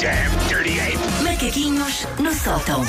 damn dirty ape! Macaquinhos no sótão.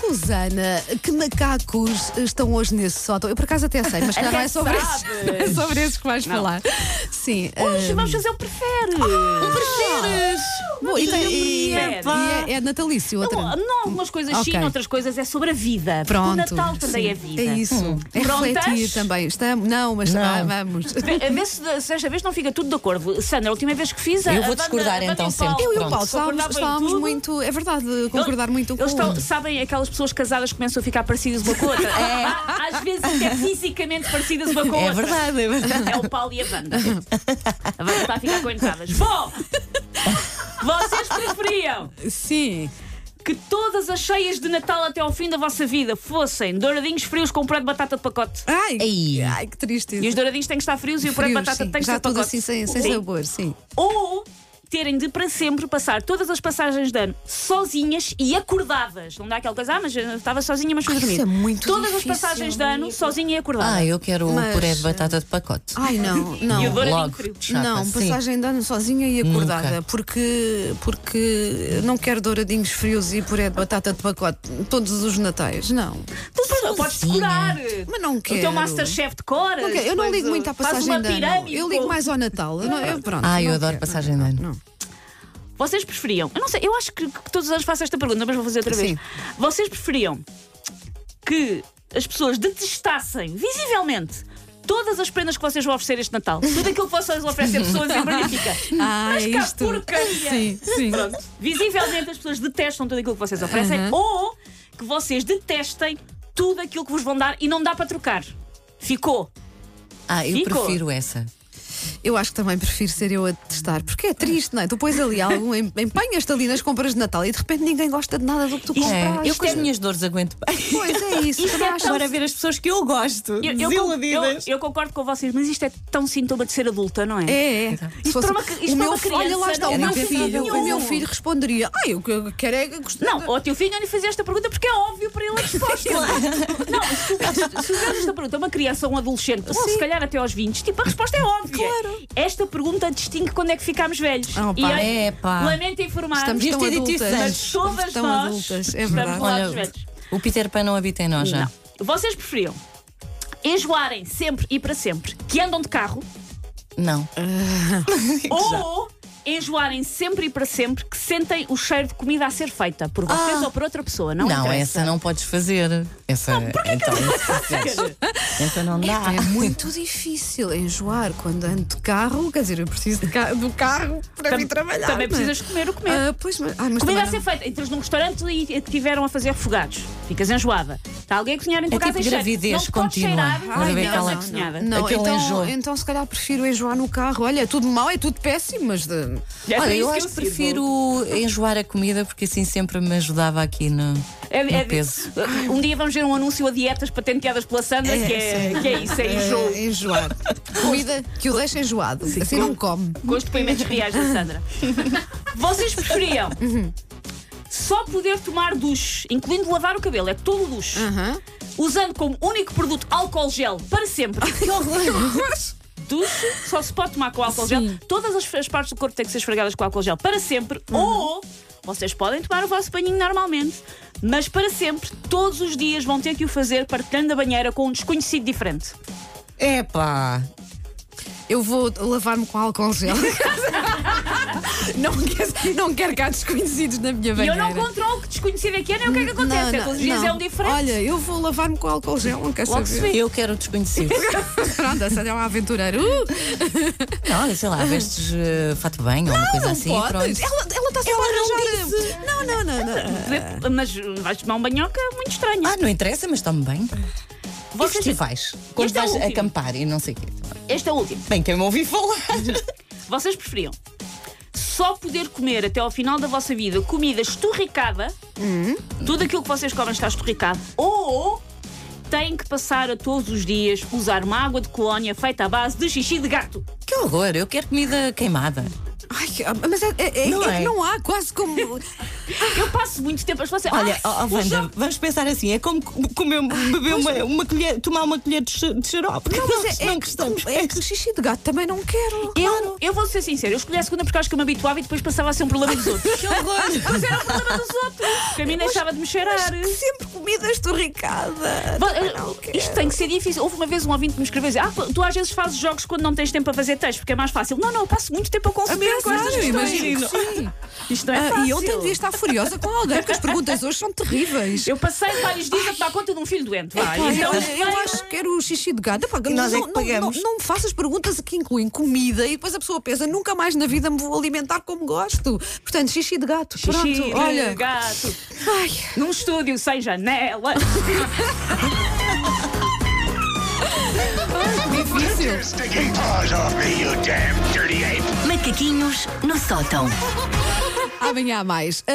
Susana, que macacos estão hoje nesse sótão? Eu por acaso até sei, mas se calhar não é sobre esses, é sobre esses que vais falar. Sim. Hoje ah, vamos fazer o preferes. Ah, um preferes! Bom, e, tem- e- prefere. e é, é natalício outra. Não, Ah, um, não, algumas coisas Ok. sim, outras coisas é sobre a vida. porque Pronto. O Natal também Sim, é vida. É isso. É Prontas? refletir também. Estamos, não, mas vá- vamos. Vê, vê se de- se desta vez não fica tudo de acordo. Sandra, a última vez que fiz a. Eu vou a Wanda- discordar, a Wanda então, e o Paulo. sempre. Eu e o Pronto. Paulo falávamos, Concordavam em falávamos tudo. muito, é verdade, concordar muito um com Eles o estão, outro. sabem, aquelas pessoas casadas que começam a ficar parecidas uma com a outra. É. Há- Às vezes até fisicamente parecidas uma com a É outra. verdade, é verdade. É o Paulo e a Wanda. A Wanda está a ficar coentadas. Bom! Vocês preferiam Sim. que todas as cheias de Natal até ao fim da vossa vida fossem douradinhos frios com um puré de batata de pacote? Ai, Aí. ai que triste. E os douradinhos têm que estar frios e o puré de Frios, batata sim. tem que Já estar tudo pacote. assim sem, sem Sim. sabor, sim. Ou terem de para sempre passar todas as passagens de ano sozinhas e acordadas. Não dá aquela coisa, ah, mas eu estava sozinha, mas fui Ai, dormir. isso é muito todas difícil, as passagens de ano sozinha e acordada. Ah, eu quero Mas, o puré de batata de pacote. Ah, Ai, não, não. E o douradinho Logo, frio. chapa, Não, sim. passagem de ano sozinha e acordada. Nunca. Porque, porque não quero douradinhos frios e puré de batata de pacote todos os natais. Não. Tu depois podes Sozinha. decorar. Mas não O quero. teu Masterchef decoras. Não quero. Eu não depois, ligo uh, muito à faz passagem uma de ano. pirâmide Eu com- ligo mais ao Natal. Eu não- eu, pronto, Ah, eu não adoro quero. passagem de ano. Hum. Não. Vocês preferiam, eu não sei, eu acho que, que todos os anos faço esta pergunta, mas vou fazer outra vez. Sim. Vocês preferiam que as pessoas detestassem visivelmente todas as prendas que vocês vão oferecer este Natal? Tudo aquilo que vocês oferecem a pessoas em Benfica. Ah, mas cá isto. porcaria. Sim, sim. Pronto. Visivelmente as pessoas detestam tudo aquilo que vocês oferecem Aham. ou que vocês detestem tudo aquilo que vos vão dar e não dá para trocar. Ficou. Ah, eu Ficou. prefiro essa. Eu acho que também prefiro ser eu a testar, porque é triste, não é? Tu pões ali algo, em- empenhas-te ali nas compras de Natal e de repente ninguém gosta de nada do que tu Isto é- compraste. eu com as minhas dores aguento bem. Pois é isso, Isto também é acho. tão Agora ver as pessoas que eu gosto. Eu, eu, con- eu, eu concordo com vocês, mas isto é tão sintoma de ser adulta, não é? É, é. Se fosse- para uma cri- isto o para meu uma fi- criança olha lá está, o não meu tem filho, sentido o meu nenhum. filho responderia: Ah, eu que- eu quero é gostar. Não, ao teu filho não lhe fazia esta pergunta porque é óbvio para ele a resposta. não, se tu- se fizeres esta pergunta a uma criança ou um adolescente, ou se calhar até aos 20, tipo, a resposta é óbvia. Claro. Esta pergunta distingue quando é que ficámos velhos. Oh, pá. aí, É, pá. lamento informar, Estamos Devias tão ter dito adultas. isso antes. mas todas Estamos tão nós adultas, é estamos verdade. lá Olha, dos velhos. o Peter Pan não habita em nós já. Não. Vocês preferiam enjoarem sempre e para sempre que andam de carro Não. Ou enjoarem sempre e para sempre que sentem o cheiro de comida a ser feita por vocês Ah. ou por outra pessoa, não, Não, interessa. essa não podes fazer. Essa, então, essa, essa Então não dá. É muito difícil enjoar quando ando de carro, quer dizer, eu preciso de ca- do carro para vir trabalhar. Também não é? precisas comer o comer. Ah, pois, mas, ai, mas Comida é a também ser feita, entras num restaurante e tiveram a fazer refogados. Ficas enjoada. Está alguém a cozinhar em tua É casa tipo e cheira. gravidez não te podes contínua. cheirar, Olha ai, bem não, aquela- essa cozinhada. Não, Aquele então, enjoo. então se calhar prefiro enjoar no carro. Olha, é tudo mau, é tudo péssimo, mas. de- É para Olha, isso eu acho que sirvo. prefiro enjoar a comida porque assim sempre me ajudava aqui no, É- no é- peso. Um dia vamos ver um anúncio a dietas patenteadas pela Sandra, que, é, que é isso, é enjoo. É, enjoar. Comida que o deixa enjoado. assim não come. Com os depoimentos reais da Sandra. Vocês preferiam Uhum. só poder tomar duche, incluindo lavar o cabelo, é todo duche, Aham. usando como único produto álcool gel para sempre. Que Duche só se pode tomar com álcool gel. Todas as, as partes do corpo têm que ser esfregadas com álcool gel para sempre. Uhum. Ou vocês podem tomar o vosso banhinho normalmente, mas para sempre, todos os dias vão ter que o fazer partilhando a banheira com um desconhecido diferente. Epá! Eu vou lavar-me com álcool gel. não, quero, não quero cá desconhecidos na minha E eu banheira. não controlo que desconhecido é que é, nem o que é que acontece. é todos os dias não. é um diferente. Olha, eu vou lavar-me com álcool gel, não quero Logo se saber. vê. Eu quero o desconhecido. Pronto, essa é uma aventureira. Uh, Não, olha, sei lá, vestes eh, fato bem ou uma coisa não assim. podes. Pronto. Ela, é, ela está sempre a arranjar. Não, não, não. não. Mas uh, vais tomar um banhoca muito estranho. Ah, não interessa, mas tome bem. E Vocês- festivais? Quando Este é o vais último. acampar e não sei o quê. este é o último. Bem, quem me ouvi falar. Vocês preferiam só poder comer até ao final da vossa vida comida esturricada, tudo aquilo que vocês comem está esturricado, Oh, ou têm que passar a todos os dias usar uma água de colónia feita à base de xixi de gato? Que horror, eu quero comida queimada. Ai, que- ah, mas é, é- é- Não é que é? não há quase como. Eu passo muito tempo a falar Olha, ó, ó, Wanda, vamos pensar assim: é como co- comer, um- beber uma, uma colher, tomar uma colher de, xi- de xarope. Não, mas Nós é, é, não que, gostamos. é que o xixi de gato também não quero. Eu, eu vou ser sincera, eu escolhi a segunda porque acho que eu me habituava e depois passava a ser um problema dos outros. Que horror! Mas era um problema dos outros. Porque a mim deixava de me cheirar. Sempre comida esturricada. Bom, Também não eu- quero. eh, Isto tem que ser difícil. Houve uma vez um ouvinte que me escreveu dizer: Ah, tu às vezes fazes jogos quando não tens tempo para fazer texto, porque é mais fácil. Não, não, eu passo muito tempo a A consumir pensar, coisas. eu Isto não é- imagino. Sim. Isto não é Ah, fácil. e ontem devia estar furiosa com alguém, porque as perguntas hoje são terríveis. Eu passei vários dias a tomar conta de um filho doente. Vai. Pá, Então, eu, veio- eu acho que era o xixi de gato. Epá, E nós não, é que não- pagamos. Não, não me faças perguntas que incluem comida e depois a pessoa pensa, nunca mais na vida me vou alimentar como gosto. Portanto, xixi de gato. Xixi, Pronto, olha. gato, Ai, num estúdio sem janela. difícil. Your sticking paws off me, you damn dirty ape! Macaquinhos no sótão. Amanhã há mais.